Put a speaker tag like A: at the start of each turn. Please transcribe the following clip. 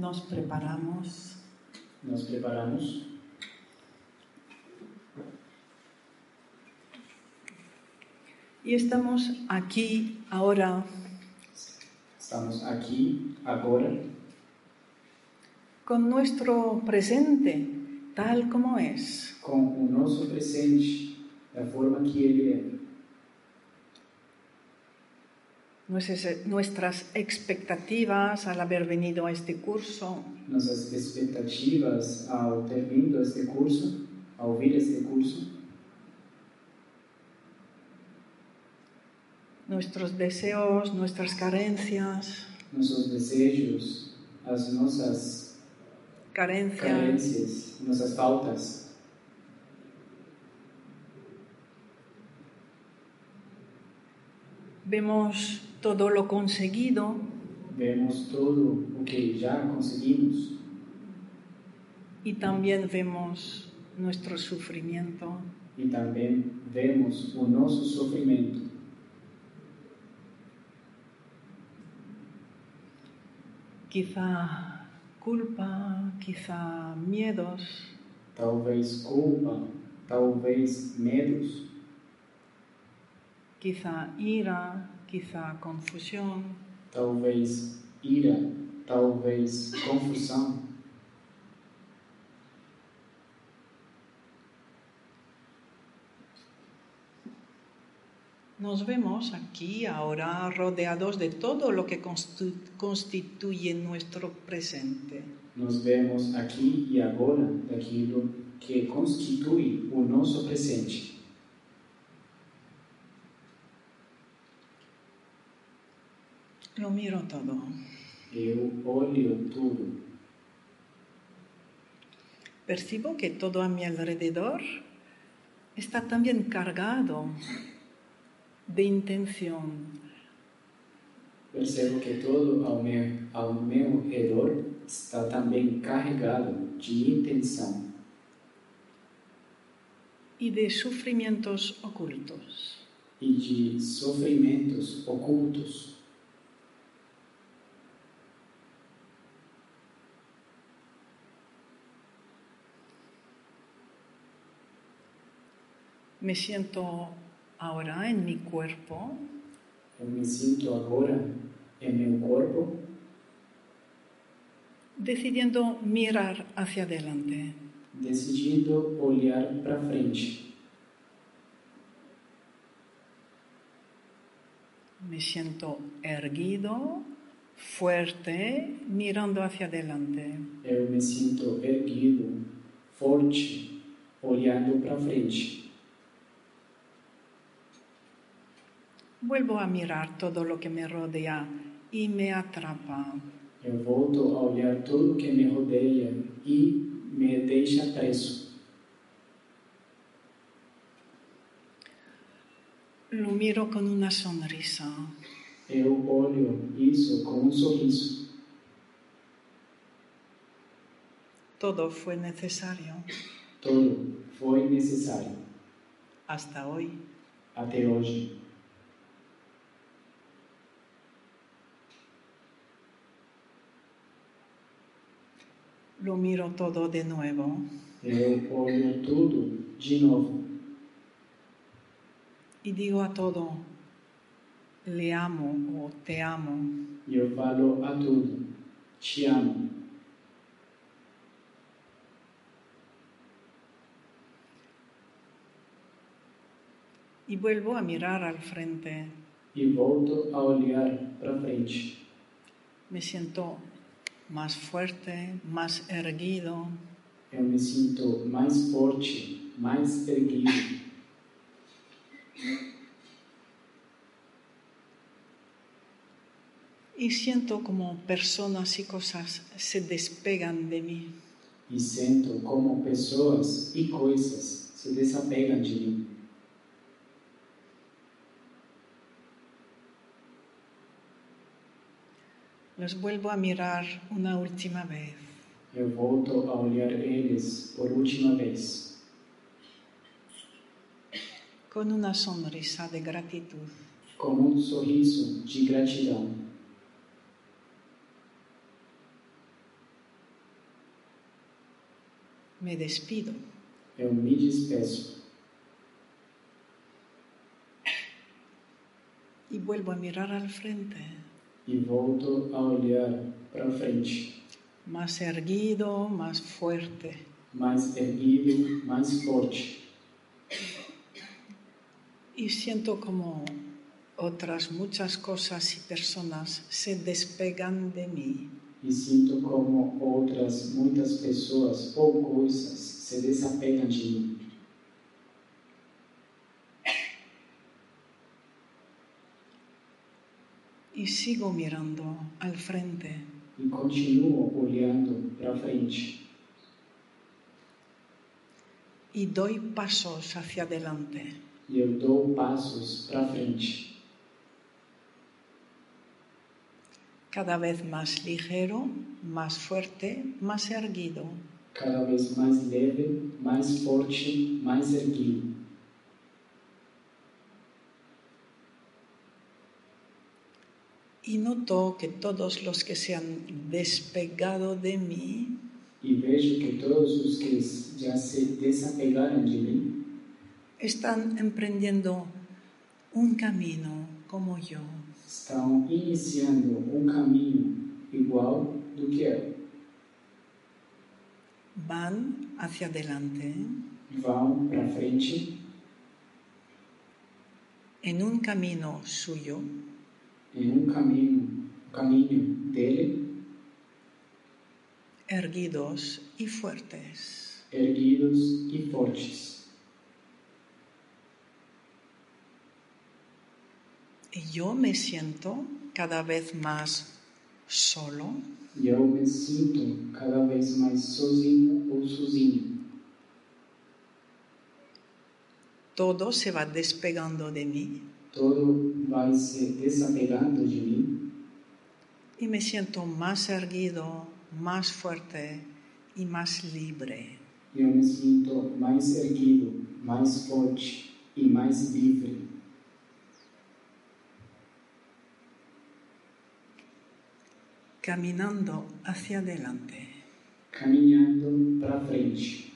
A: nos preparamos
B: nos preparamos
A: y estamos aquí ahora
B: Estamos aquí, ahora,
A: con nuestro presente tal como es.
B: com o nosso presente, da forma que ele é.
A: Nuestras- Nuestras expectativas al haber venido a este curso,
B: Nossas expectativas ao ter vindo este curso, ao ouvir este curso,
A: nuestros deseos, nuestras carencias,
B: nossos desejos, as nossas
A: carencias,
B: carências, nossas faltas,
A: vemos todo lo conseguido
B: vemos tudo o que já conseguimos
A: y también vemos nuestro sufrimiento.
B: e também vemos o nosso sofrimento.
A: quizá culpa, quizá miedos,
B: Talvez culpa, talvez medos,
A: quizá ira, quizá confusión,
B: talvez ira, talvez confusão.
A: Nos vemos aquí ahora rodeados de todo lo que constu- constituye nuestro presente.
B: Nos vemos aqui e agora daquilo que constitui o nosso presente.
A: Lo miro todo.
B: Eu olho tudo.
A: Percibo que todo a mi alrededor está también cargado de intención,
B: Percebo que todo ao meu, ao meu redor está também carregado de intenção
A: y de sufrimientos ocultos.
B: e de sofrimentos ocultos.
A: Me siento ahora en mi cuerpo
B: Eu me sinto agora em meu corpo
A: decidiendo mirar hacia adelante.
B: decidindo olhar para frente.
A: Me siento erguido, fuerte, mirando hacia adelante.
B: Eu me sinto erguido, forte, olhando para frente.
A: Vuelvo a mirar todo lo que me rodea y me atrapa.
B: Eu volto a olhar tudo que me rodeia e me deixa preso.
A: Lo miro con una sonrisa.
B: Eu olho isso com um sorriso.
A: Todo fue necesario
B: Tudo foi necessário
A: hasta hoy.
B: até hoje.
A: Lo miro todo de nuevo.
B: Eu olho tudo de novo
A: Y digo a todo, le amo o te amo.
B: e eu falo a tudo: Te amo.
A: Y vuelvo a mirar al frente.
B: E volto a olhar para frente.
A: Me siento más fuerte, más erguido,
B: Eu me sinto mais forte, mais erguido.
A: Y siento como personas y cosas se despegan de mí.
B: E sinto como pessoas e coisas se desapegam de mim.
A: Los vuelvo a mirar una última vez.
B: Eu volto a olhar eles por última vez,
A: Con una sonrisa de gratitud.
B: com um sorriso de gratidão.
A: Me despido.
B: Eu me despeço
A: y vuelvo a mirar al frente,
B: e volto a olhar para frente,
A: más erguido, más fuerte.
B: mais erguido, mais forte.
A: Y siento como otras muchas cosas y personas se despegan de mí.
B: E sinto como outras muitas pessoas ou coisas se desapegam de mim.
A: Y sigo mirando al frente.
B: e continuo olhando para frente
A: Y doy pasos hacia adelante.
B: e eu dou passos para frente,
A: Cada vez más ligero, más fuerte, más erguido.
B: cada vez mais leve, mais forte, mais erguido.
A: Y noto que todos los que se han despegado de mí
B: E vejo que todos os que já se desapegaram de mim
A: están emprendiendo un camino como yo.
B: estão iniciando um caminho igual do que eu.
A: Van hacia adelante
B: Vão para frente
A: en un camino suyo
B: em um caminho, o caminho dele,
A: erguidos y fuertes.
B: erguidos e fortes.
A: Y yo me siento cada vez más solo,
B: E eu me sinto cada vez mais sozinho ou sozinho.
A: todo se va despegando de mí
B: todo vai se desapegando de mim
A: y me siento más erguido, más fuerte y más libre.
B: e eu me sinto mais erguido, mais forte e mais livre.
A: Caminando hacia adelante,
B: Caminhando para frente,